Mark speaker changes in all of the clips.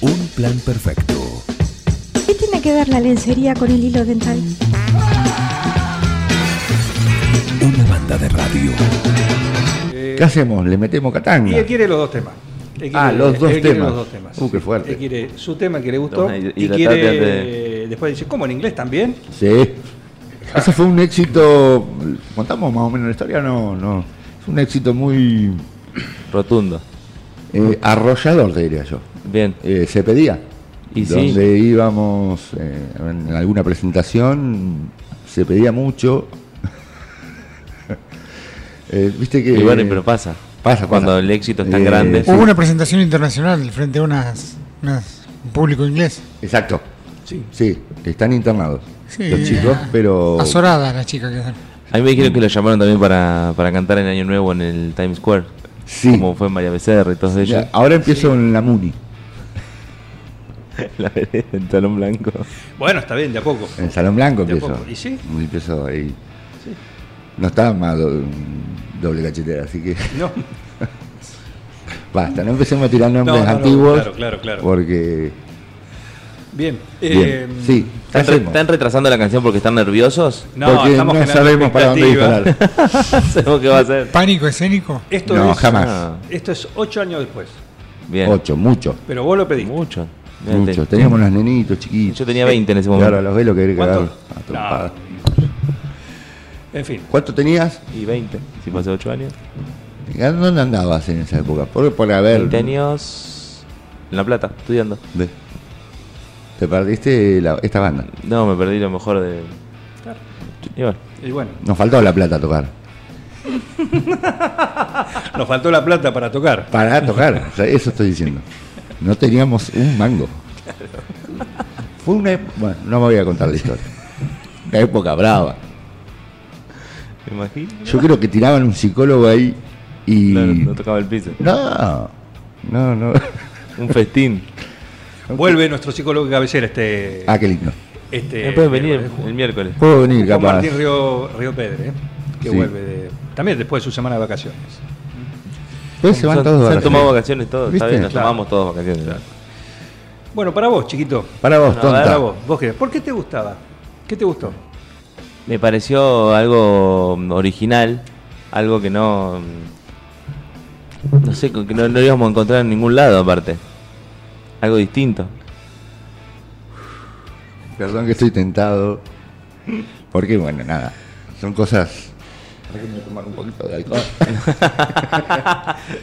Speaker 1: Un plan perfecto.
Speaker 2: ¿Qué tiene que ver la lencería con el hilo dental?
Speaker 1: Una banda de radio.
Speaker 3: Eh,
Speaker 4: ¿Qué hacemos? ¿Le metemos
Speaker 3: y
Speaker 4: catanga?
Speaker 3: él quiere los dos temas. Él
Speaker 4: Ah,
Speaker 3: quiere-
Speaker 4: los dos
Speaker 3: él quiere
Speaker 4: temas.
Speaker 3: los dos temas.
Speaker 4: Uh, qué fuerte.
Speaker 3: Él quiere su tema que le gustó
Speaker 5: Los hid-
Speaker 3: y
Speaker 5: hidratantes
Speaker 3: quiere... Después dice, ¿cómo en inglés también?
Speaker 4: Sí. Eso fue un éxito. ¿Contamos más o menos la historia? No, no. Fue un éxito muy
Speaker 5: Rotundo.
Speaker 4: eh, arrollador, te diría yo.
Speaker 5: Bien.
Speaker 4: Eh, se pedía.
Speaker 5: Y sí.
Speaker 4: donde íbamos eh, en alguna presentación, se pedía mucho. Eh, Viste que.
Speaker 5: Y bueno, pero pasa.
Speaker 4: Pasa, pasa.
Speaker 5: Cuando el éxito es tan
Speaker 4: Eh,
Speaker 5: grande.
Speaker 4: sí.
Speaker 6: Hubo una presentación internacional frente a unas, unas- un público inglés.
Speaker 4: Exacto.
Speaker 3: Sí.
Speaker 4: Sí, están internados
Speaker 6: Sí,
Speaker 4: los chicos,
Speaker 6: eh,
Speaker 4: pero.
Speaker 6: Azorada la chica que eran.
Speaker 5: A mí me dijeron que lo llamaron también para, para cantar en Año Nuevo en el Times Square.
Speaker 4: Sí.
Speaker 5: Como fue María Becerra y todos ellos.
Speaker 4: Ya, ahora empiezo en la Muni.
Speaker 5: La vereda en talón blanco.
Speaker 3: Bueno, está bien, de a poco.
Speaker 4: En el Salón Blanco
Speaker 3: De a
Speaker 4: empiezo.
Speaker 3: poco, ¿y sí?
Speaker 4: Empiezo ahí. No estaba más do- doble cachetera, así que
Speaker 3: No,
Speaker 4: basta, no empecemos a tirar nombres
Speaker 3: No, no, no,
Speaker 4: antiguos.
Speaker 3: claro, claro, claro.
Speaker 4: Porque.
Speaker 3: bien.
Speaker 4: Bien,
Speaker 3: Eh,
Speaker 4: sí, ¿qué
Speaker 5: ¿Están, re-
Speaker 4: hacemos?
Speaker 5: están retrasando la canción porque están nerviosos?
Speaker 3: No,
Speaker 4: porque
Speaker 3: estamos
Speaker 4: no
Speaker 3: generando
Speaker 4: sabemos para dónde
Speaker 3: expectativa.
Speaker 4: disparar.
Speaker 5: Sabemos qué va a ser.
Speaker 6: Pánico escénico.
Speaker 3: Esto,
Speaker 4: No,
Speaker 3: es,
Speaker 4: jamás.
Speaker 5: Ah,
Speaker 3: esto es ocho años después.
Speaker 5: bien.
Speaker 4: Ocho, mucho.
Speaker 3: Pero vos lo pediste.
Speaker 5: Mucho. Mirá,
Speaker 4: Mucho.
Speaker 5: te-
Speaker 4: Teníamos unos nenitos chiquitos.
Speaker 5: Yo tenía 20 en ese
Speaker 4: Y ahora
Speaker 5: momento.
Speaker 4: los ve lo que querés
Speaker 3: ¿Cuánto?
Speaker 4: cagar. a trompadas.
Speaker 3: En fin.
Speaker 4: ¿Cuánto tenías?
Speaker 5: Y 20. Si pasé 8 años.
Speaker 4: ¿A ¿Dónde andabas en esa época? Por, por haber.
Speaker 5: 20 años. En La Plata, estudiando.
Speaker 4: Ve. Te perdiste la- esta banda.
Speaker 5: No, me perdí lo mejor de. Y bueno,
Speaker 3: Y bueno,
Speaker 4: Nos faltó la plata a tocar.
Speaker 3: nos faltó la plata para tocar.
Speaker 4: Para tocar, o sea, eso estoy diciendo. No teníamos un mango. Fue una ép- Bueno, no me voy a contar la historia. Una época brava.
Speaker 5: me imagino.
Speaker 4: Yo creo que tiraban un psicólogo ahí y.
Speaker 5: No, no tocaba el piso.
Speaker 4: No, no, no.
Speaker 5: Un festín.
Speaker 3: Vuelve nuestro psicólogo de cabecera este.
Speaker 4: Ah, qué lindo.
Speaker 3: este
Speaker 5: Me pueden venir
Speaker 3: miércoles.
Speaker 5: el, el miércoles.
Speaker 4: Puedo venir,
Speaker 3: Juan
Speaker 4: capaz.
Speaker 3: Martín Río, Río Pedre, ¿eh? que
Speaker 4: Sí.
Speaker 3: vuelve de- también después de su semana de vacaciones.
Speaker 4: Pues se van
Speaker 5: Son-
Speaker 4: todos de
Speaker 5: se han tomado
Speaker 4: vacaciones.
Speaker 5: vacaciones todos. Está
Speaker 4: ¿Viste?
Speaker 5: bien, nos
Speaker 3: Claro.
Speaker 5: tomamos todos vacaciones.
Speaker 3: Bueno, para vos, chiquito.
Speaker 4: Para vos,
Speaker 5: No,
Speaker 4: tonta.
Speaker 3: Para vos, vos qué, ¿por qué te gustaba? ¿Qué te gustó?
Speaker 5: Me pareció algo mm, original, algo que no. mm, No sé, que no, no lo íbamos a encontrar en ningún lado aparte. Algo distinto.
Speaker 4: Perdón que estoy tentado. Porque, bueno, nada. Son cosas. Déjenme tomar un poquito de alcohol.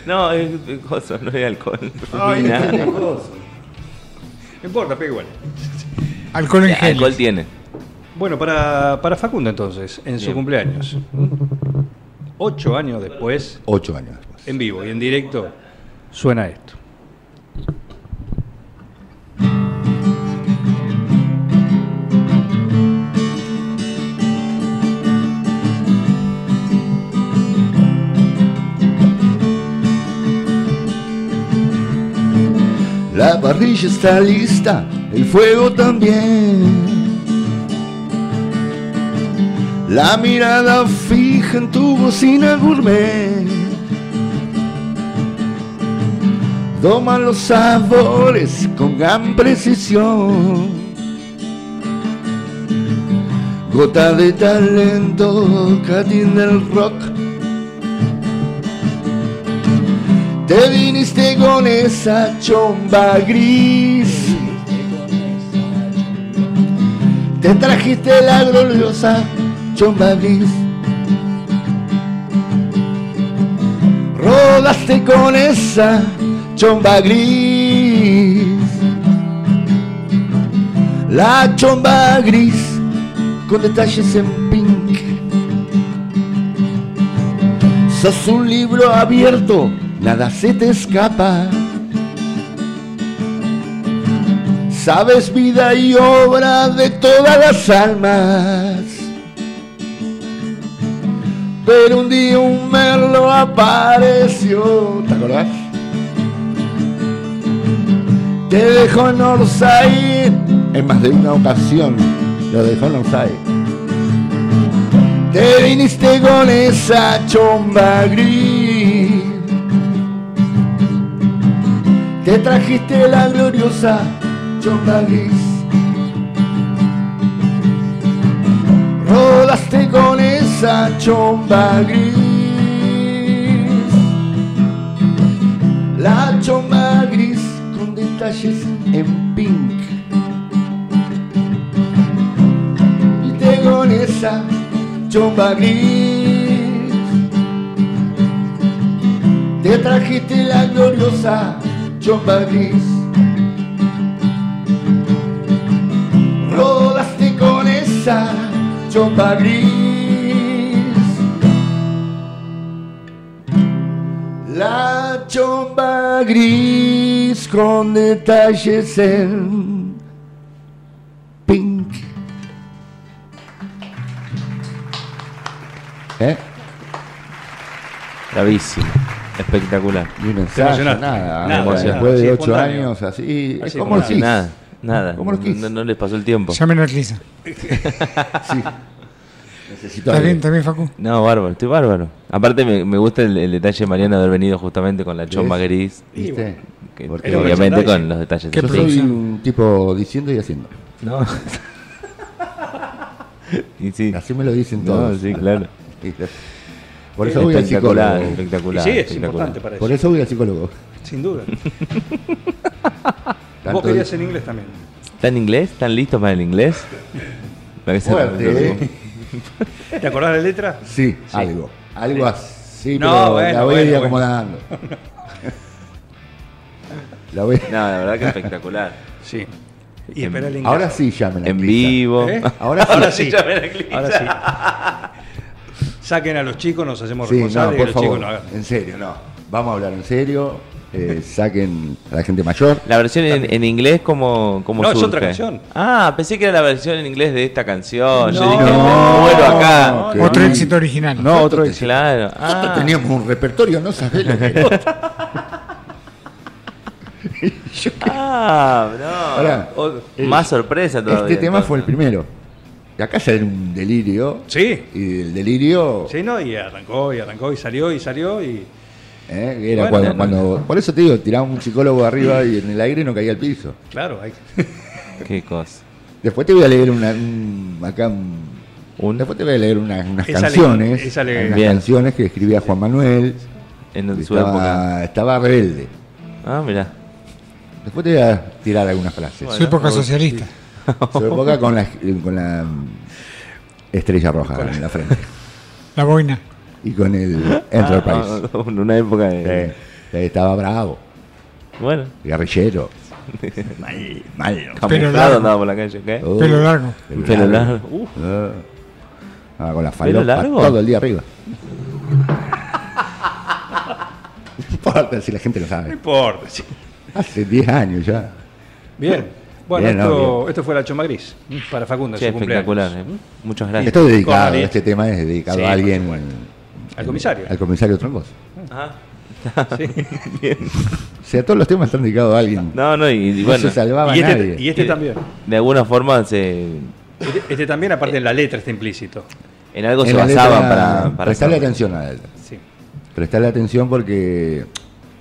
Speaker 5: No, es, es cosa, no es alcohol.
Speaker 4: Ay,
Speaker 5: Ni nada.
Speaker 4: qué negocio.
Speaker 3: No importa, pero igual.
Speaker 6: Alcohol en gel.
Speaker 5: alcohol tiene.
Speaker 3: Bueno, para, para Facundo entonces, en su
Speaker 5: Bien.
Speaker 3: cumpleaños. Ocho años después,
Speaker 4: Ocho años después.
Speaker 3: en vivo y en directo, suena esto.
Speaker 4: La parrilla está lista, el fuego también. La mirada fija en tu bocina gourmet. Toma los sabores con gran precisión. Gota de talento que atiende el rock. Te viniste con esa chomba gris. Te trajiste la gloriosa chomba gris. Rodaste con esa chomba gris. La chomba gris con detalles en pink. Sos un libro abierto, nada se te escapa. Sabes vida y obra de todas las almas. Pero un día un merlo apareció, ¿te acordás? Te dejó en Orsay, en más de una ocasión, lo dejó en Orsay. Te viniste con esa chomba gris. Te trajiste la gloriosa chomba gris. Rodaste con esa chomba gris. La chomba gris con detalles en pink. Y te con esa chomba gris. Te trajiste la gloriosa chomba gris. Rodaste con esa chomba gris. La chomba gris con detalles en pink. ¿Eh?
Speaker 5: Bravísimo. Espectacular.
Speaker 4: Ni un ensayo,
Speaker 3: emocionaste.
Speaker 4: nada.
Speaker 3: Nada,
Speaker 4: Bueno,
Speaker 5: nada,
Speaker 4: después
Speaker 3: así
Speaker 4: de ocho
Speaker 3: espontáneo.
Speaker 4: años, así.
Speaker 3: Así
Speaker 4: es como el
Speaker 3: espontáneo.
Speaker 4: Kiss.
Speaker 5: Nada, nada.
Speaker 4: Como los Kiss.
Speaker 5: No, no les pasó el tiempo.
Speaker 6: Llámenlo al Lisa.
Speaker 4: Sí. Necesito
Speaker 6: ¿Está
Speaker 4: aire.
Speaker 6: bien, también, Facu?
Speaker 5: No, bárbaro, estoy bárbaro. Aparte me, me gusta el, el detalle de Mariana de haber venido justamente con la chomba
Speaker 4: ¿Ves?
Speaker 5: gris.
Speaker 4: ¿Viste?
Speaker 5: que-
Speaker 4: Porque
Speaker 5: que
Speaker 3: Era un
Speaker 5: obviamente
Speaker 3: merchandising.
Speaker 5: con los detalles.
Speaker 6: Qué
Speaker 5: de
Speaker 4: yo
Speaker 5: Sting.
Speaker 4: soy
Speaker 6: producción.
Speaker 4: un tipo diciendo y haciendo.
Speaker 5: No. y sí.
Speaker 4: Así me lo dicen todos.
Speaker 5: No, sí, claro.
Speaker 4: ¿Viste? Por eso voy al psicólogo.
Speaker 5: Espectacular.
Speaker 3: y sí, es
Speaker 5: espectacular.
Speaker 3: importante para eso.
Speaker 4: Por eso voy al psicólogo.
Speaker 3: Sin duda.
Speaker 4: Tanto
Speaker 3: Vos querías en inglés también.
Speaker 5: ¿Está en inglés? ¿Están listos para el inglés? Parece
Speaker 4: fuerte, ¿eh?
Speaker 3: ¿Te acordás la letra?
Speaker 4: Sí, algo. Algo así,
Speaker 3: No,
Speaker 4: pero la
Speaker 3: bueno,
Speaker 4: voy a ir
Speaker 3: bueno,
Speaker 4: acomodando. la voy
Speaker 5: No, la verdad que espectacular.
Speaker 3: Sí. Y espera el inglés.
Speaker 4: Ahora sí llamen a
Speaker 5: en
Speaker 4: Clisa.
Speaker 5: vivo.
Speaker 3: ¿Eh?
Speaker 4: Ahora sí.
Speaker 3: Ahora sí.
Speaker 5: Ya ven el clip.
Speaker 3: Ahora sí. Saquen a los chicos, nos hacemos
Speaker 4: Sí, no,
Speaker 3: responsables y
Speaker 4: por
Speaker 3: los
Speaker 4: favor.
Speaker 3: chicos no hagan.
Speaker 4: en serio, no. Vamos a hablar en serio. eh, saquen a la gente mayor.
Speaker 5: La versión en, en inglés como, como
Speaker 3: No, es
Speaker 5: surge?
Speaker 3: otra canción.
Speaker 5: Ah, pensé que era la versión en inglés de esta canción. Yo
Speaker 3: No.
Speaker 5: dije, me muero acá.
Speaker 4: Qué
Speaker 6: Otro
Speaker 4: lindo.
Speaker 6: éxito original.
Speaker 4: No, otro éxito.
Speaker 5: Claro.
Speaker 4: Nosotros
Speaker 5: Ah,
Speaker 4: teníamos un repertorio, no sabés lo que era.
Speaker 5: ah, no.
Speaker 4: Pará.
Speaker 5: O- más sorpresa todavía.
Speaker 4: Este tema fue el
Speaker 5: entonces.
Speaker 4: primero. Y acá ya era un delirio.
Speaker 3: Sí.
Speaker 4: Y el delirio
Speaker 3: Sí, no, y arrancó, y arrancó, y salió, y salió, y.
Speaker 4: eh, era
Speaker 3: Bueno,
Speaker 4: cuando,
Speaker 5: no,
Speaker 4: cuando- Por eso te digo, tiraba un psicólogo arriba y en el aire no caía al piso.
Speaker 3: Claro, hay...
Speaker 5: Qué cosa.
Speaker 4: Después te voy a leer una, un- acá un-
Speaker 5: Un-
Speaker 4: Después te voy a leer unas, unas
Speaker 3: Esa le-
Speaker 4: canciones.
Speaker 3: esa le-
Speaker 4: unas
Speaker 5: Bien.
Speaker 4: canciones que escribía Juan Manuel.
Speaker 5: en su
Speaker 4: Estaba,
Speaker 5: época.
Speaker 4: estaba rebelde.
Speaker 5: Ah, mirá.
Speaker 4: Después te voy a tirar algunas frases.
Speaker 6: Su época socialista.
Speaker 4: Su época con la, con la estrella roja en la frente.
Speaker 6: La boina.
Speaker 4: Y con el
Speaker 5: Ah,
Speaker 4: Enterprise.
Speaker 5: ah, una época de.
Speaker 4: Eh, estaba bravo,
Speaker 5: Bueno,
Speaker 4: guerrillero. Mal, mal.
Speaker 5: camuflado
Speaker 6: largo.
Speaker 5: andaba por la calle. ¿qué?
Speaker 4: Oh,
Speaker 6: Pelo largo.
Speaker 5: Pelo largo. Uf.
Speaker 4: Ah. Ah, con la falopa
Speaker 5: largo?
Speaker 4: todo el día arriba. No importa si la gente lo
Speaker 3: No
Speaker 4: sabe.
Speaker 3: importa. sí.
Speaker 4: Hace 10 años ya.
Speaker 3: Bien. Bueno,
Speaker 4: Bien, no,
Speaker 3: esto,
Speaker 4: bien.
Speaker 3: esto fue la choma gris mm, para Facundo. en
Speaker 5: Che,
Speaker 3: su cumpleaños.
Speaker 5: espectacular. eh. Muchas gracias.
Speaker 4: Esto es dedicado,
Speaker 3: Con-
Speaker 4: este tema es dedicado
Speaker 3: Sí,
Speaker 4: a
Speaker 3: por
Speaker 4: alguien.
Speaker 3: supuesto.
Speaker 5: eh.
Speaker 3: Al comisario.
Speaker 4: Al comisario Troncos.
Speaker 5: Ah,
Speaker 4: O sea, todos los temas están dedicados a alguien.
Speaker 5: No, no, y, y
Speaker 4: No
Speaker 5: bueno.
Speaker 4: se salvaba
Speaker 3: Y
Speaker 4: Ah, nadie.
Speaker 3: este, y este
Speaker 5: Eh,
Speaker 3: también.
Speaker 5: De alguna forma se.
Speaker 3: Este, este también, aparte de la letra, está implícito.
Speaker 5: En algo
Speaker 4: En
Speaker 5: se
Speaker 4: la
Speaker 5: basaban
Speaker 4: letra,
Speaker 5: para. para
Speaker 4: prestarle
Speaker 5: hacerlo.
Speaker 4: atención a él.
Speaker 3: Sí.
Speaker 4: Prestarle atención porque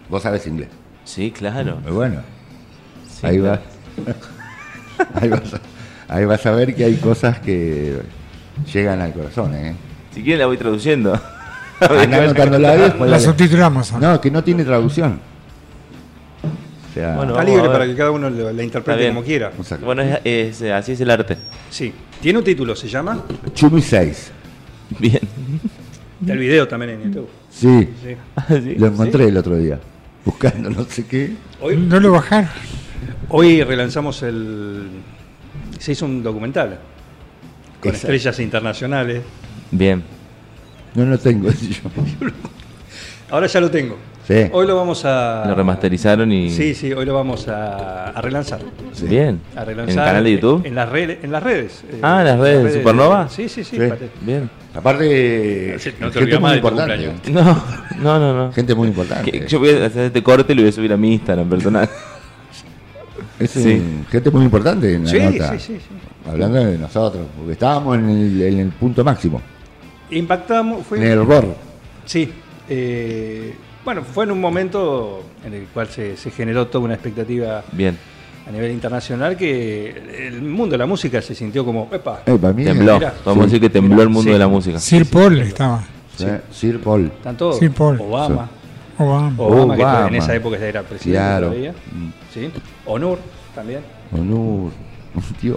Speaker 4: vos sabés inglés.
Speaker 5: Sí, claro.
Speaker 4: Muy bueno.
Speaker 5: Sí,
Speaker 4: ahí,
Speaker 5: claro.
Speaker 4: vas, ahí vas. a- Ahí vas a ver que hay cosas que llegan al corazón, ¿eh?
Speaker 5: Si quieren la voy traduciendo.
Speaker 4: Andá anotándola ahí, después
Speaker 6: La
Speaker 4: dale.
Speaker 6: subtitulamos. ¿ah? ahora.
Speaker 4: No, que no tiene traducción. O sea,
Speaker 3: Está
Speaker 5: Bueno, vamos a
Speaker 3: libre
Speaker 5: ver.
Speaker 3: para que cada uno lo- la
Speaker 5: Está
Speaker 3: interprete
Speaker 5: bien.
Speaker 3: como quiera.
Speaker 4: vamos a-
Speaker 5: bueno, es, es- así es el arte.
Speaker 3: Sí. Tiene un título, se llama.
Speaker 4: Chumi 6.
Speaker 5: Bien.
Speaker 3: Está el video también en YouTube.
Speaker 4: Sí,
Speaker 3: Sí.
Speaker 5: Así.
Speaker 4: lo encontré el otro día. Buscando no sé qué.
Speaker 3: Hoy,
Speaker 6: No lo bajaron.
Speaker 3: hoy relanzamos el. Se hizo un documental con
Speaker 4: Exacto.
Speaker 3: estrellas internacionales.
Speaker 5: Bien.
Speaker 4: No lo tengo. yo.
Speaker 3: Ahora ya lo tengo.
Speaker 4: Sí.
Speaker 3: Hoy lo vamos a.
Speaker 5: Lo remasterizaron y.
Speaker 3: Ah. Sí, sí, hoy lo vamos a, a relanzar.
Speaker 4: Sí.
Speaker 5: Bien.
Speaker 3: A
Speaker 5: ¿En
Speaker 3: relanzar
Speaker 5: el canal de YouTube?
Speaker 3: En las redes. En las redes eh,
Speaker 5: Ah, ¿en las redes de Supernova?
Speaker 3: Sí, sí, sí.
Speaker 4: Sí.
Speaker 3: Patrick.
Speaker 5: Bien.
Speaker 4: Aparte,
Speaker 3: Sí, no
Speaker 4: gente
Speaker 3: te olvides más
Speaker 4: muy
Speaker 3: de tu
Speaker 4: importante.
Speaker 3: cumpleaños.
Speaker 5: No, no, no. no.
Speaker 4: Gente muy importante.
Speaker 5: Que- Yo voy a hacer este corte y lo voy a subir a mi Instagram personal.
Speaker 4: Es
Speaker 5: Sí.
Speaker 4: un- gente muy importante en la
Speaker 3: Sí,
Speaker 4: nota.
Speaker 3: sí, sí,
Speaker 4: Hablando de nosotros, porque estábamos en el, en el punto máximo,
Speaker 3: Impactamos. Fue,
Speaker 4: en el error.
Speaker 3: Sí. eh, Bueno, fue en un momento en el cual se, se generó toda una expectativa
Speaker 5: Bien.
Speaker 3: a nivel internacional que el mundo de la música se sintió como, epa,
Speaker 4: Eh, para mí
Speaker 5: Tembló.
Speaker 3: Mirá.
Speaker 5: Vamos a decir que tembló el mundo
Speaker 3: Sí.
Speaker 5: de la música.
Speaker 6: Sir Paul estaba.
Speaker 4: eh, Sir Paul.
Speaker 3: están todos,
Speaker 6: Sí, Paul.
Speaker 3: Obama,
Speaker 6: Obama.
Speaker 3: Obama, que
Speaker 4: Obama.
Speaker 3: en esa época ya era presidente
Speaker 4: Claro.
Speaker 3: todavía,
Speaker 4: Mm.
Speaker 3: ¿sí? Onur también.
Speaker 4: Onur. Tío.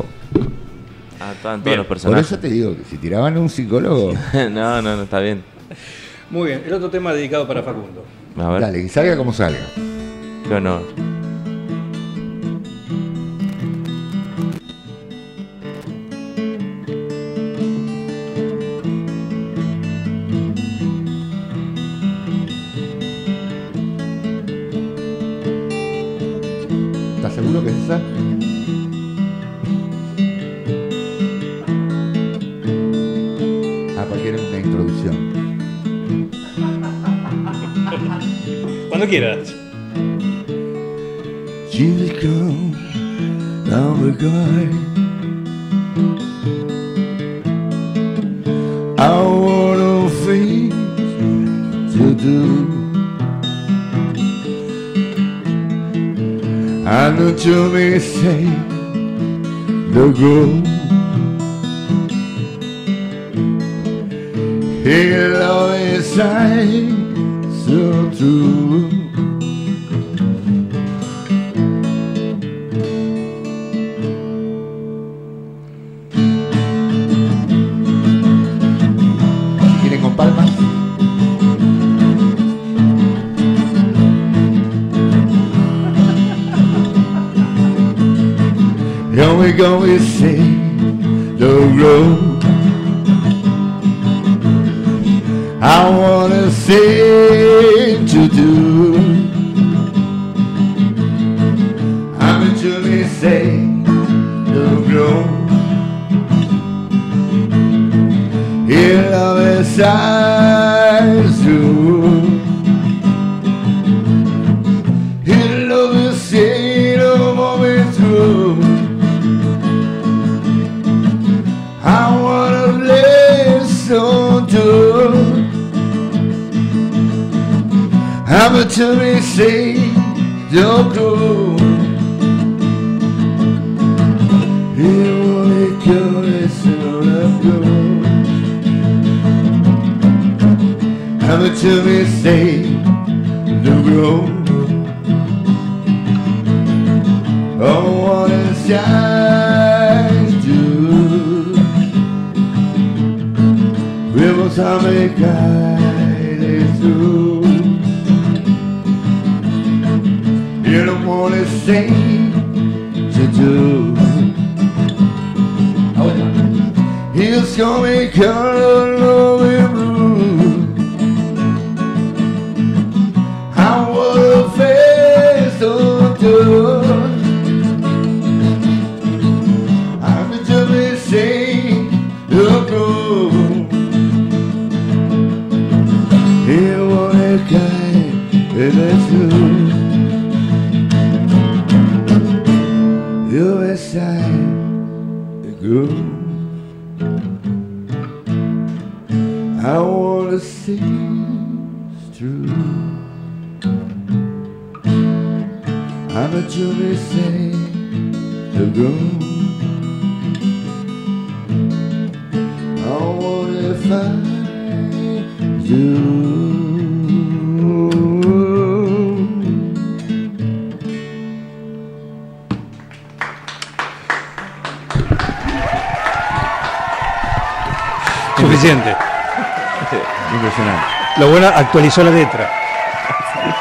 Speaker 5: Ah, estaban todos
Speaker 3: Bien.
Speaker 5: los
Speaker 4: Por
Speaker 5: personajes.
Speaker 4: eso te digo que si tiraban un psicólogo,
Speaker 5: no, no, no, está bien.
Speaker 3: Muy bien, el otro tema dedicado para Facundo.
Speaker 5: A ver,
Speaker 4: dale, que salga como salga.
Speaker 5: qué honor.
Speaker 4: ¿Estás seguro que es esa? Ah, porque era una introducción.
Speaker 3: Cuando quieras.
Speaker 4: Jesus come, I'm a guy. I want all things to do. I know to me say the go. Here always say so true. Quieren con palmas. Here we go, we see the road. I wanna sing to do. I'm a truly say the road. Here are the signs to Here are the shade of moments through I wanna bless on to I'm a to me say don't go Here will it go, it's gonna go Come to me, say the road. Oh, what a shine do. Rivers are me guided through. You don't want to say to do. He's gonna be colored over blue. I will face the door. I'm just a saint of gold. It won't kind and that's you. You're a sign of gold. I wanna see through. I'm a truly say the room. I wanna find you.
Speaker 3: Suficiente.
Speaker 4: Impresionante.
Speaker 3: Lo bueno, actualizó la letra.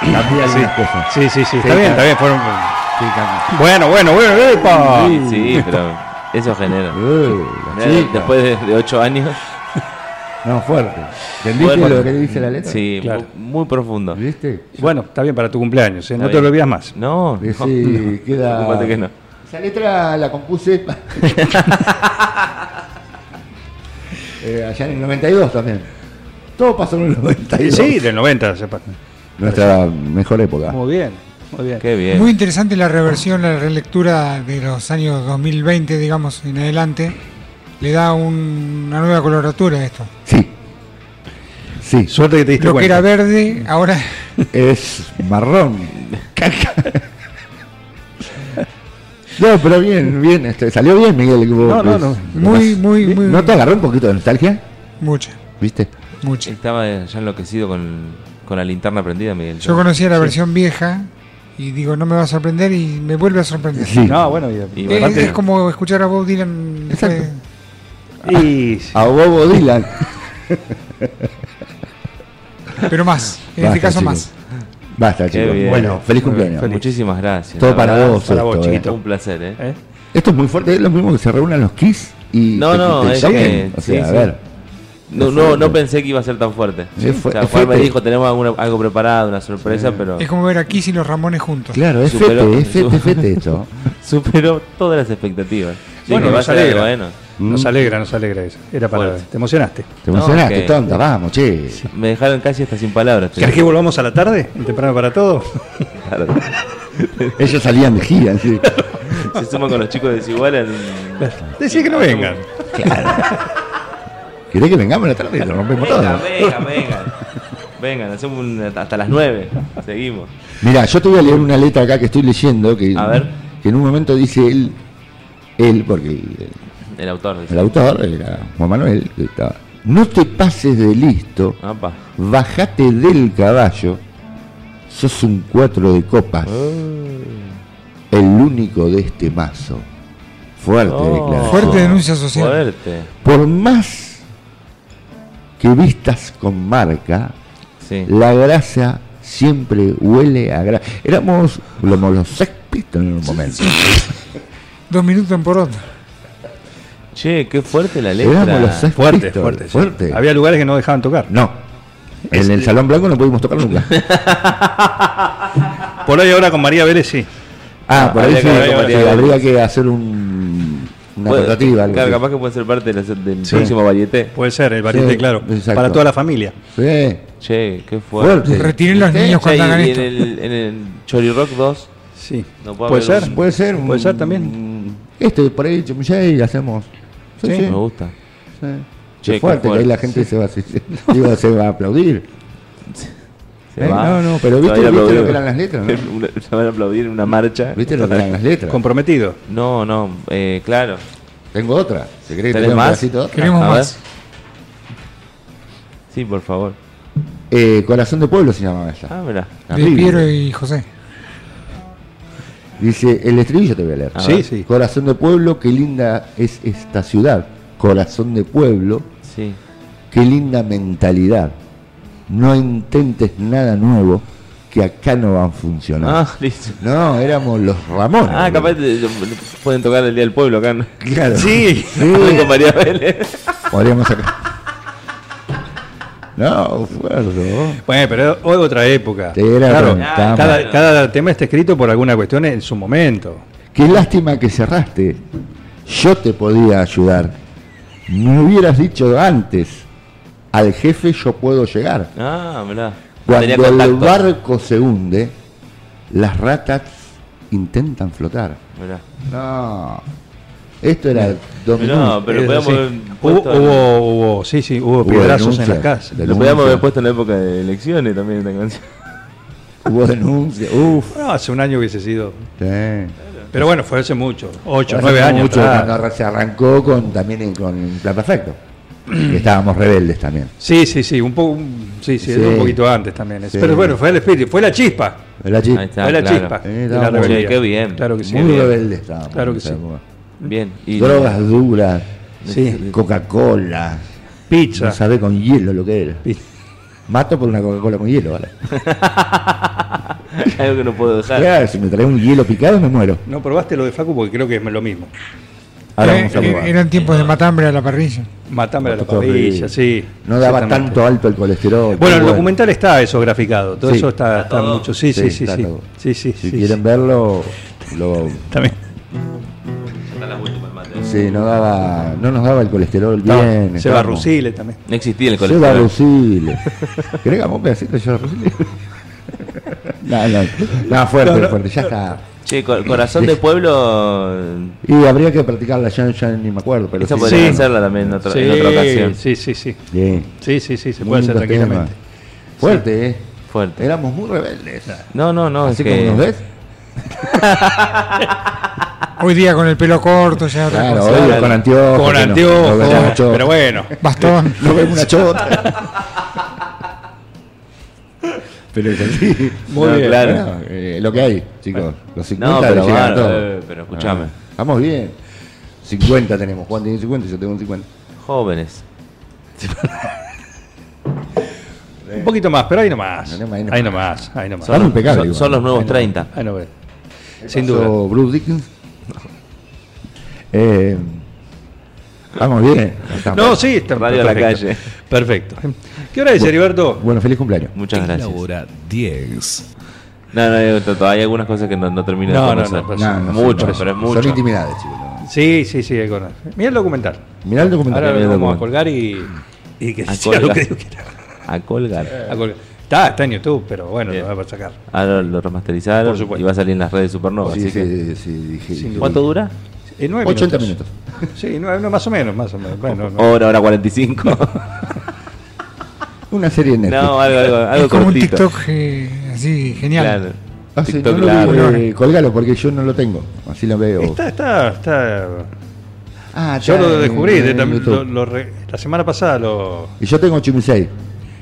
Speaker 4: Cambié algunas cosas.
Speaker 3: Sí, sí, sí. Está bien, está bien. Fueron...
Speaker 4: Sí, cambié.
Speaker 3: Bueno, bueno, bueno, epa.
Speaker 5: Sí, sí, pero eso genera.
Speaker 4: Eh, la
Speaker 5: Eh,
Speaker 4: chica.
Speaker 5: Después de, de ocho años.
Speaker 4: No, fuerte. ¿Entendiste
Speaker 5: Fuerte.
Speaker 4: lo que le dice la letra?
Speaker 5: Sí,
Speaker 3: Claro.
Speaker 5: mu- muy profundo.
Speaker 4: ¿Viste?
Speaker 3: Bueno, está bien para tu cumpleaños, ¿eh? no
Speaker 5: Está
Speaker 3: te
Speaker 5: bien.
Speaker 3: olvidas más.
Speaker 5: No, no,
Speaker 4: Sí,
Speaker 5: no.
Speaker 4: queda-
Speaker 5: Preocupate que no.
Speaker 4: Esa letra la compuse Eh, allá en el 92 también. Todo pasó en el 92.
Speaker 3: Sí, del 90, sepa.
Speaker 4: Nuestra mejor época.
Speaker 3: Muy bien, muy bien.
Speaker 5: Qué bien.
Speaker 6: Muy interesante la reversión, la relectura de los años 2020, digamos, en adelante. Le da un- una nueva coloratura a esto.
Speaker 4: Sí. Sí,
Speaker 3: Suerte que te diste
Speaker 6: Lo que
Speaker 3: cuenta.
Speaker 6: era verde, ahora
Speaker 4: es marrón. No, pero bien, bien, este, salió bien, Miguel. vos,
Speaker 3: No, no,
Speaker 4: pues,
Speaker 3: no.
Speaker 6: muy,
Speaker 4: ¿no?
Speaker 6: muy, muy.
Speaker 4: ¿No te agarró un poquito de nostalgia?
Speaker 6: Mucha,
Speaker 4: ¿Viste?
Speaker 6: mucha.
Speaker 5: Estaba ya enloquecido con, con la linterna prendida, Miguel.
Speaker 6: Yo conocía la versión vieja y digo, no me va a sorprender y me vuelve a sorprender.
Speaker 4: Sí.
Speaker 3: No, bueno, y,
Speaker 5: Y
Speaker 6: Eh,
Speaker 5: aparte-
Speaker 6: es como escuchar a Bob Dylan. eh, después-
Speaker 4: Exacto.
Speaker 3: y-
Speaker 4: A Bobo Dylan.
Speaker 6: este Pero más, en
Speaker 4: Basta,
Speaker 6: este caso
Speaker 4: chicos.
Speaker 6: más.
Speaker 4: Basta,
Speaker 5: Qué
Speaker 4: chicos.
Speaker 5: bien.
Speaker 4: Bueno, feliz
Speaker 3: Muy
Speaker 4: cumpleaños.
Speaker 3: bien,
Speaker 5: Muchísimas gracias.
Speaker 4: Todo
Speaker 5: la
Speaker 4: para
Speaker 5: verdad,
Speaker 4: vos,
Speaker 3: para vos,
Speaker 4: esto, eh.
Speaker 3: chiquito.
Speaker 5: Un placer, ¿eh?
Speaker 3: ¿eh?
Speaker 4: Esto es muy fuerte, es lo mismo que se reúnan los Kiss y
Speaker 5: No,
Speaker 4: te-
Speaker 5: no,
Speaker 4: te
Speaker 5: es
Speaker 4: choquen.
Speaker 5: que-
Speaker 4: O sea,
Speaker 5: sí,
Speaker 4: a
Speaker 5: sí.
Speaker 4: ver,
Speaker 5: No, no, no pensé que iba a ser tan fuerte.
Speaker 4: Sí, fue-
Speaker 5: O sea,
Speaker 4: es
Speaker 5: Juan me
Speaker 4: fuerte.
Speaker 5: dijo, tenemos alguna- algo preparado, una sorpresa, pero
Speaker 6: Es como ver a Kiss y los Ramones juntos.
Speaker 4: claro, es
Speaker 5: Superó-
Speaker 4: fete, es fete,
Speaker 5: su-
Speaker 4: fete esto.
Speaker 5: superó todas las expectativas. Sí,
Speaker 3: Bueno,
Speaker 5: que va a
Speaker 3: nos
Speaker 5: ser algo
Speaker 3: alegra. ¿eh?
Speaker 5: bueno.
Speaker 3: Nos
Speaker 4: Mm.
Speaker 3: alegra, nos alegra eso. Era para.
Speaker 5: Fuerte.
Speaker 3: Te emocionaste.
Speaker 4: Te emocionaste,
Speaker 5: ok.
Speaker 4: tonta, vamos, che.
Speaker 5: Me dejaron casi hasta sin palabras. te
Speaker 3: ¿Querés que volvamos a la tarde? ¿En temprano para todo?
Speaker 5: digo. Claro.
Speaker 4: Ellos salían de gira, sí.
Speaker 5: Se suman con los chicos desiguales.
Speaker 3: Decís que no vengan.
Speaker 4: ¿Querés que vengamos a la tarde? Lo rompemos
Speaker 5: Vengan,
Speaker 4: todo.
Speaker 5: vengan, vengan. Vengan, hacemos un- hasta las 9. Seguimos.
Speaker 4: Mira, yo te voy a leer una letra acá que estoy leyendo que,
Speaker 5: A ver.
Speaker 4: que en un momento dice él, él, porque el,
Speaker 5: El autor
Speaker 4: el
Speaker 5: dice.
Speaker 4: autor era Juan Manuel, que estaba, no te pases de listo,
Speaker 5: Apa.
Speaker 4: bajate del caballo, sos un cuatro de copas,
Speaker 5: Ah.
Speaker 4: el único de este mazo. Fuerte
Speaker 5: Oh.
Speaker 4: declaración.
Speaker 6: Fuerte denuncia social.
Speaker 5: Fuerte.
Speaker 4: Por más que vistas con marca,
Speaker 5: Sí.
Speaker 4: la grasa siempre huele a grasa. Éramos como los Sex Pistols en un momento.
Speaker 6: Dos minutos por otro.
Speaker 5: Che, qué fuerte la
Speaker 4: Éramos los
Speaker 5: letra.
Speaker 4: Sex
Speaker 3: Fuerte,
Speaker 4: Pistols,
Speaker 3: fuerte. sí.
Speaker 4: fuerte.
Speaker 3: Había lugares que no dejaban tocar.
Speaker 4: No. En
Speaker 5: Este-
Speaker 4: el Salón Blanco no pudimos tocar nunca.
Speaker 3: Por hoy ahora con María Vélez sí.
Speaker 4: Ah, por ahí
Speaker 5: Habría
Speaker 4: sí,
Speaker 5: que ver cómo
Speaker 4: sí,
Speaker 5: era.
Speaker 4: habría que hacer un, una
Speaker 5: Puede-
Speaker 4: tratativa. algo
Speaker 5: Claro,
Speaker 4: así.
Speaker 5: capaz que puede ser parte de la- del
Speaker 4: Sí.
Speaker 5: próximo varieté.
Speaker 3: Puede ser, el variante,
Speaker 4: Sí,
Speaker 3: claro.
Speaker 4: exacto.
Speaker 3: Para toda la familia.
Speaker 4: Sí,
Speaker 5: Che, qué fuerte.
Speaker 4: fuerte.
Speaker 6: Retiren los
Speaker 4: Sí,
Speaker 6: niños
Speaker 5: Che,
Speaker 6: cuando hagan
Speaker 5: y en
Speaker 6: esto.
Speaker 5: el, en el Chori Rock 2
Speaker 3: Sí.
Speaker 5: No puede
Speaker 3: puede
Speaker 5: haber
Speaker 3: ser.
Speaker 5: un-
Speaker 4: Puede ser. un-
Speaker 3: Puede ser también.
Speaker 4: Este, por ahí, Chimichey, y hacemos. Sí, sí.
Speaker 5: Mm, me gusta.
Speaker 4: sí.
Speaker 5: Che,
Speaker 4: Qué
Speaker 5: qué
Speaker 4: fuerte, que ahí
Speaker 5: fuerte,
Speaker 4: la gente se, va, a- se- se- digo, se va a aplaudir.
Speaker 5: Se
Speaker 4: Eh,
Speaker 5: va.
Speaker 4: no, no, pero
Speaker 5: Se
Speaker 4: viste-
Speaker 5: va a ir
Speaker 4: viste lo
Speaker 5: a aplaudir.
Speaker 4: que eran las letras, ¿no?
Speaker 5: Una- Se van a aplaudir en una marcha.
Speaker 4: ¿Viste lo que eran las letras?
Speaker 3: Comprometido.
Speaker 5: No, no, eh, claro.
Speaker 4: Tengo otra. ¿Se cree que
Speaker 5: ¿Tenés
Speaker 4: tengo un
Speaker 5: más?
Speaker 4: pedacito de otra?
Speaker 6: Queremos
Speaker 5: A ver.
Speaker 6: más.
Speaker 5: Sí, por favor.
Speaker 4: Eh, Corazón de Pueblo se llamaba esa.
Speaker 5: Ah, mirá.
Speaker 6: De
Speaker 4: Terrible.
Speaker 6: Piero y José.
Speaker 4: Dice, el estribillo te voy a leer.
Speaker 5: A
Speaker 3: sí,
Speaker 5: ver.
Speaker 3: sí.
Speaker 4: Corazón de Pueblo, qué linda es esta ciudad. Corazón de Pueblo,
Speaker 5: Sí.
Speaker 4: qué linda mentalidad. No intentes nada nuevo que acá no van a funcionar.
Speaker 5: Ah, listo.
Speaker 4: No, éramos los Ramones.
Speaker 5: Ah, capaz de- de- pueden tocar el Día del Pueblo acá. ¿no?
Speaker 4: Claro.
Speaker 5: Sí,
Speaker 4: Sí.
Speaker 5: con María Vélez.
Speaker 4: Podríamos sacar. No, fuerte. vos.
Speaker 3: Bueno, pero o- otra época.
Speaker 4: Sí, era
Speaker 3: claro,
Speaker 4: otra etapa.
Speaker 3: cada, cada tema está escrito por alguna cuestión en su momento.
Speaker 4: Qué lástima que cerraste. Yo te podía ayudar. Me hubieras dicho antes. Al jefe yo puedo llegar.
Speaker 5: Ah, mirá. No tenía
Speaker 4: Cuando el
Speaker 5: contacto.
Speaker 4: barco se hunde, las ratas intentan flotar.
Speaker 5: Mirá.
Speaker 4: No. Esto era dos
Speaker 5: No, pero
Speaker 3: Es
Speaker 5: podíamos
Speaker 3: así.
Speaker 5: haber
Speaker 3: hubo,
Speaker 5: puesto-
Speaker 3: hubo, hubo- sí, sí, hubo, piedrazos en
Speaker 4: denuncia.
Speaker 3: la casa.
Speaker 4: De-
Speaker 5: Lo podíamos haber puesto en la época de elecciones también esta canción.
Speaker 4: Hubo denuncia. Uf.
Speaker 3: No, hace un año hubiese sido.
Speaker 4: sí.
Speaker 3: Pero bueno, fue hace mucho. Ocho,
Speaker 4: Hace
Speaker 3: nueve años.
Speaker 4: mucho
Speaker 3: atrás.
Speaker 4: cuando se arrancó con también en- con Plan Perfecto. que estábamos rebeldes también.
Speaker 3: Sí, sí, sí, un poco, sí, sí,
Speaker 4: Sí.
Speaker 3: un poquito antes también.
Speaker 4: Sí.
Speaker 3: Pero bueno, fue el espíritu, fue la chispa,
Speaker 4: ¿Verdad, Chi?
Speaker 5: Ahí está.
Speaker 3: fue la
Speaker 5: claro.
Speaker 3: chispa.
Speaker 4: Eh,
Speaker 3: de la
Speaker 4: estábamos-
Speaker 5: Che,
Speaker 3: rebeldía.
Speaker 5: qué bien.
Speaker 3: Claro que sí.
Speaker 4: Muy rebeldes estábamos.
Speaker 3: Claro que
Speaker 4: en esa
Speaker 3: sí.
Speaker 4: época.
Speaker 5: Bien. Y
Speaker 4: Drogas duras,
Speaker 3: Sí.
Speaker 4: Coca-Cola, no
Speaker 3: Pizza.
Speaker 4: sabe con hielo lo que era.
Speaker 3: Pi-
Speaker 4: Mato por una Coca-Cola con hielo, ¿vale?
Speaker 5: Algo que no puedo dejar.
Speaker 4: Claro, si me trae un hielo picado me muero.
Speaker 3: No probaste lo de Facu porque creo que es lo mismo.
Speaker 4: Ahora
Speaker 6: Eh,
Speaker 4: vamos a
Speaker 6: eh,
Speaker 4: probar.
Speaker 6: eran tiempos de matambre a la parrilla.
Speaker 3: Matame a la
Speaker 4: Nosotros
Speaker 3: parrilla,
Speaker 4: rebeldes.
Speaker 3: sí.
Speaker 4: No daba
Speaker 3: exactamente.
Speaker 4: tanto alto el colesterol.
Speaker 3: Bueno, el
Speaker 4: pero
Speaker 3: documental está eso graficado, todo
Speaker 4: Sí.
Speaker 3: eso está, está
Speaker 5: todo.
Speaker 3: mucho. Sí, sí, sí,
Speaker 4: está
Speaker 3: sí.
Speaker 4: todo.
Speaker 3: Sí, sí,
Speaker 4: Si
Speaker 3: sí,
Speaker 4: quieren
Speaker 3: sí.
Speaker 4: verlo, lo,
Speaker 3: También.
Speaker 4: sí, no, daba, no nos daba el colesterol bien.
Speaker 3: Se va
Speaker 4: estábamos-
Speaker 3: Rusile también.
Speaker 5: No existía el
Speaker 4: Seba
Speaker 5: colesterol.
Speaker 4: Rusile. ¿Querés que hagamos un pedacito de Seba Rusile? no, no, no, fuerte,
Speaker 3: No, no.
Speaker 4: fuerte, ya está.
Speaker 5: Che, Cor- Corazón de Pueblo.
Speaker 4: Y habría que practicarla, ya, ya ni me acuerdo. Pero
Speaker 5: Esa
Speaker 4: sí,
Speaker 5: podría
Speaker 4: sí.
Speaker 5: hacerla también en otra,
Speaker 3: sí,
Speaker 5: en otra ocasión.
Speaker 3: sí, sí, sí.
Speaker 4: Bien.
Speaker 3: Sí, sí, sí, se
Speaker 4: Muy
Speaker 3: puede hacer
Speaker 4: lindo tema.
Speaker 3: tranquilamente.
Speaker 4: Fuerte, ¿eh?
Speaker 5: Fuerte.
Speaker 4: Éramos muy rebeldes.
Speaker 5: No, no, no.
Speaker 4: Así
Speaker 5: es que-
Speaker 4: como nos ves.
Speaker 6: Hoy día con el pelo corto, ya otra
Speaker 4: Claro,
Speaker 6: cosa.
Speaker 4: hoy
Speaker 5: claro.
Speaker 4: con anteojos.
Speaker 3: Con
Speaker 4: que no- no
Speaker 3: anteojos,
Speaker 4: vemos chota.
Speaker 3: pero bueno.
Speaker 6: Bastón.
Speaker 4: No vemos una chota. pero es así.
Speaker 3: Muy
Speaker 5: No,
Speaker 3: bien.
Speaker 5: claro.
Speaker 4: Bueno, eh, lo que hay, chicos. Los 50
Speaker 5: No, pero
Speaker 4: le llegan a
Speaker 5: bárbaro,
Speaker 4: todos.
Speaker 5: eh, pero escuchame.
Speaker 4: Ah, estamos bien. 50 tenemos. Juan tiene 50 y yo tengo un 50.
Speaker 5: Jóvenes.
Speaker 3: Un poquito más, pero ahí nomás.
Speaker 4: Ahí nomás, ahí nomás.
Speaker 3: Ahí nomás, ahí nomás.
Speaker 4: Son- impecables,
Speaker 5: son-
Speaker 4: igual.
Speaker 5: son los nuevos 30.
Speaker 3: Ahí no ve. Sin
Speaker 4: Pasó
Speaker 3: duda.
Speaker 4: Bruce Dickens. Eh, vamos bien. Estamos.
Speaker 3: No, sí, está
Speaker 5: Radio a la
Speaker 3: perfecto.
Speaker 5: calle.
Speaker 3: Perfecto. ¿Qué hora es, Heriberto?
Speaker 4: Bueno, feliz cumpleaños.
Speaker 5: Muchas
Speaker 1: En
Speaker 5: gracias.
Speaker 1: La hora 10.
Speaker 5: No, no, digo, Toto, hay algunas cosas que no, no termino
Speaker 3: No, no,
Speaker 5: de conocer.
Speaker 3: no,
Speaker 4: No, no,
Speaker 5: mucho,
Speaker 4: son-
Speaker 5: pero es
Speaker 4: Son
Speaker 5: mucho.
Speaker 4: intimidades, chicos. no.
Speaker 3: Sí, sí, sí, hay con- Mirá el documental.
Speaker 4: Mirá el
Speaker 3: Ahora
Speaker 4: documental.
Speaker 5: mirá el
Speaker 3: lo vamos a colgar
Speaker 5: documental.
Speaker 3: y, y que
Speaker 5: A
Speaker 3: sea lo
Speaker 5: colgar.
Speaker 3: que Dios quiera.
Speaker 5: A colgar.
Speaker 3: A colgar. Está, está en YouTube, pero bueno,
Speaker 5: Bien.
Speaker 3: lo vamos a sacar.
Speaker 5: Ahora lo remasterizaron
Speaker 3: Por supuesto.
Speaker 5: y va a salir en las redes Supernova.
Speaker 4: Sí,
Speaker 5: así que-
Speaker 4: sí, sí, dije- dije-
Speaker 5: ¿Cuánto dura?
Speaker 3: Eh, nueve
Speaker 4: 80 minutos.
Speaker 3: Sí, nueve, no, más o menos, más o menos. Bueno, no.
Speaker 5: Hora, hora 45.
Speaker 4: Una serie en Netflix.
Speaker 5: no, algo, algo, algo
Speaker 6: es como
Speaker 5: cortito.
Speaker 6: un TikTok eh, así, genial.
Speaker 5: Claro.
Speaker 4: Ah, sí,
Speaker 5: TikTok
Speaker 4: no lo
Speaker 5: largo.
Speaker 4: vi, eh, colgalo porque yo no lo tengo. Así lo veo.
Speaker 3: Está, está, está.
Speaker 4: Ah,
Speaker 3: Yo
Speaker 4: está
Speaker 3: lo
Speaker 4: en-
Speaker 3: descubrí
Speaker 4: en
Speaker 3: de- también
Speaker 4: YouTube.
Speaker 3: lo- lo re- la semana pasada. Lo...
Speaker 4: Y yo tengo Chimisei.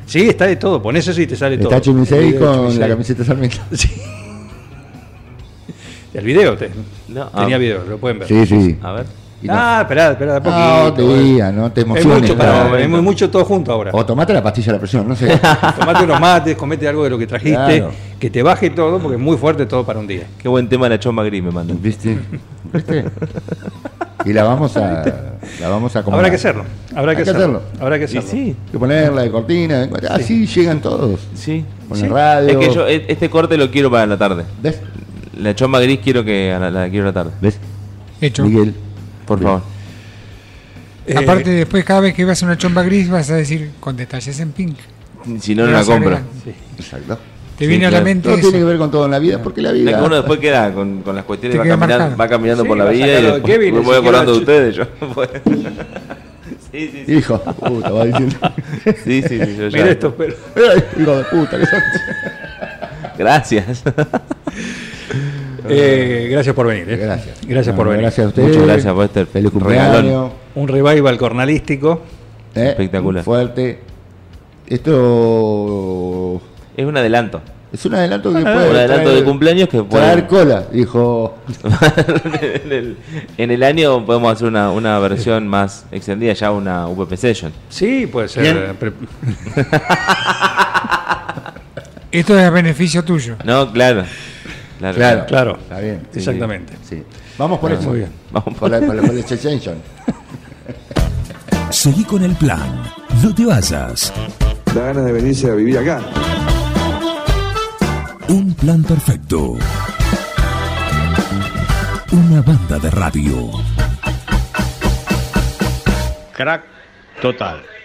Speaker 3: Sí, está de todo. Ponés eso y te sale todo.
Speaker 4: Está
Speaker 3: El
Speaker 4: Chimisei
Speaker 3: video de
Speaker 4: con la
Speaker 3: Chimisei.
Speaker 4: camiseta Sarmiento.
Speaker 3: Sí. El video, te-
Speaker 5: No, ah.
Speaker 3: tenía video, lo pueden ver.
Speaker 4: Sí, sí.
Speaker 5: A ver.
Speaker 4: Y no.
Speaker 3: Ah, esperá, esperá, de a poquito.
Speaker 4: No, te
Speaker 3: bueno.
Speaker 4: diga, no Ah, te
Speaker 3: Es
Speaker 4: emociones.
Speaker 3: mucho, para,
Speaker 4: claro. Eh,
Speaker 3: es muy- mucho todo junto ahora.
Speaker 4: O tomate la pastilla de la presión, no sé.
Speaker 3: Tomate unos mates, comete algo de lo que trajiste,
Speaker 4: Claro.
Speaker 3: que te baje todo, porque es muy fuerte todo para un día.
Speaker 5: Qué buen tema la chomba gris me mandan.
Speaker 4: ¿Viste? ¿Viste? Y la vamos a. La vamos a acomodar.
Speaker 3: Habrá que hacerlo, habrá que
Speaker 4: Hay que
Speaker 3: hacerlo.
Speaker 4: hacerlo.
Speaker 3: Habrá que
Speaker 5: Y
Speaker 3: hacerlo.
Speaker 5: sí,
Speaker 4: Hay que ponerla de cortina. Así llegan todos.
Speaker 5: sí.
Speaker 4: Con la radio.
Speaker 5: Es que yo e- este corte lo quiero para la tarde.
Speaker 4: ¿Ves?
Speaker 5: La chomba gris quiero que a la, la quiero a la tarde.
Speaker 4: ¿Ves?
Speaker 6: Hecho.
Speaker 4: Miguel.
Speaker 5: Por
Speaker 4: Bien.
Speaker 5: favor.
Speaker 3: Eh,
Speaker 6: Aparte, después cada vez que veas una chomba gris vas a decir con detalles en pink.
Speaker 5: Si no, no
Speaker 6: Le
Speaker 5: la
Speaker 6: vas a
Speaker 5: compro.
Speaker 6: agregar.
Speaker 4: Exacto.
Speaker 6: Te
Speaker 5: Sí,
Speaker 6: viene a la
Speaker 5: claro.
Speaker 6: mente
Speaker 4: Todo
Speaker 6: eso.
Speaker 4: tiene que ver con todo en la
Speaker 3: eh,
Speaker 4: vida, porque la
Speaker 5: Es
Speaker 4: vida.
Speaker 5: que uno después queda con, con las cuestiones,
Speaker 6: Te
Speaker 5: va
Speaker 6: queda
Speaker 5: caminando,
Speaker 6: marcado.
Speaker 5: va caminando
Speaker 3: Sí,
Speaker 5: por la
Speaker 3: va
Speaker 5: vida y
Speaker 3: sacando,
Speaker 5: después
Speaker 3: Kevin,
Speaker 5: me
Speaker 3: ni
Speaker 5: voy
Speaker 3: siquiera
Speaker 5: acordando de
Speaker 3: lo-
Speaker 5: ustedes. Yo. sí, sí, sí.
Speaker 4: Hijo de puta, va diciendo.
Speaker 5: Sí, sí, sí, yo ya-
Speaker 3: mira esto, pero.
Speaker 4: Hijo de puta, que son.
Speaker 5: Gracias.
Speaker 3: Eh, gracias por venir. eh.
Speaker 4: Gracias.
Speaker 3: Gracias por
Speaker 4: Bueno,
Speaker 3: venir.
Speaker 4: Gracias a ustedes.
Speaker 5: Muchas gracias por este
Speaker 4: Feliz
Speaker 5: regalón.
Speaker 4: cumpleaños.
Speaker 3: Un revival cornalístico.
Speaker 4: Eh,
Speaker 5: Espectacular.
Speaker 4: Fuerte. Esto
Speaker 5: Es un adelanto.
Speaker 4: es un adelanto que
Speaker 5: Ah, Un
Speaker 4: puede
Speaker 5: adelanto
Speaker 4: traer-
Speaker 5: de cumpleaños que
Speaker 4: Traer
Speaker 5: puede.
Speaker 4: cola, dijo.
Speaker 5: en, el, en el año podemos hacer una, una versión más extendida, ya una UPP Session.
Speaker 3: Sí, puede ser.
Speaker 4: ¿Quién?
Speaker 3: pre-
Speaker 6: Esto es a beneficio tuyo.
Speaker 5: No, claro. Claro.
Speaker 3: Claro.
Speaker 4: Está bien. Sí.
Speaker 3: Exactamente.
Speaker 4: Sí. Vamos por eso.
Speaker 3: muy bien.
Speaker 5: Vamos
Speaker 4: por la, por la, por la extension.
Speaker 1: Seguí con el plan. No te vayas.
Speaker 7: da ganas de venirse a vivir acá.
Speaker 1: Un plan perfecto. Una banda de radio.
Speaker 8: Crack total.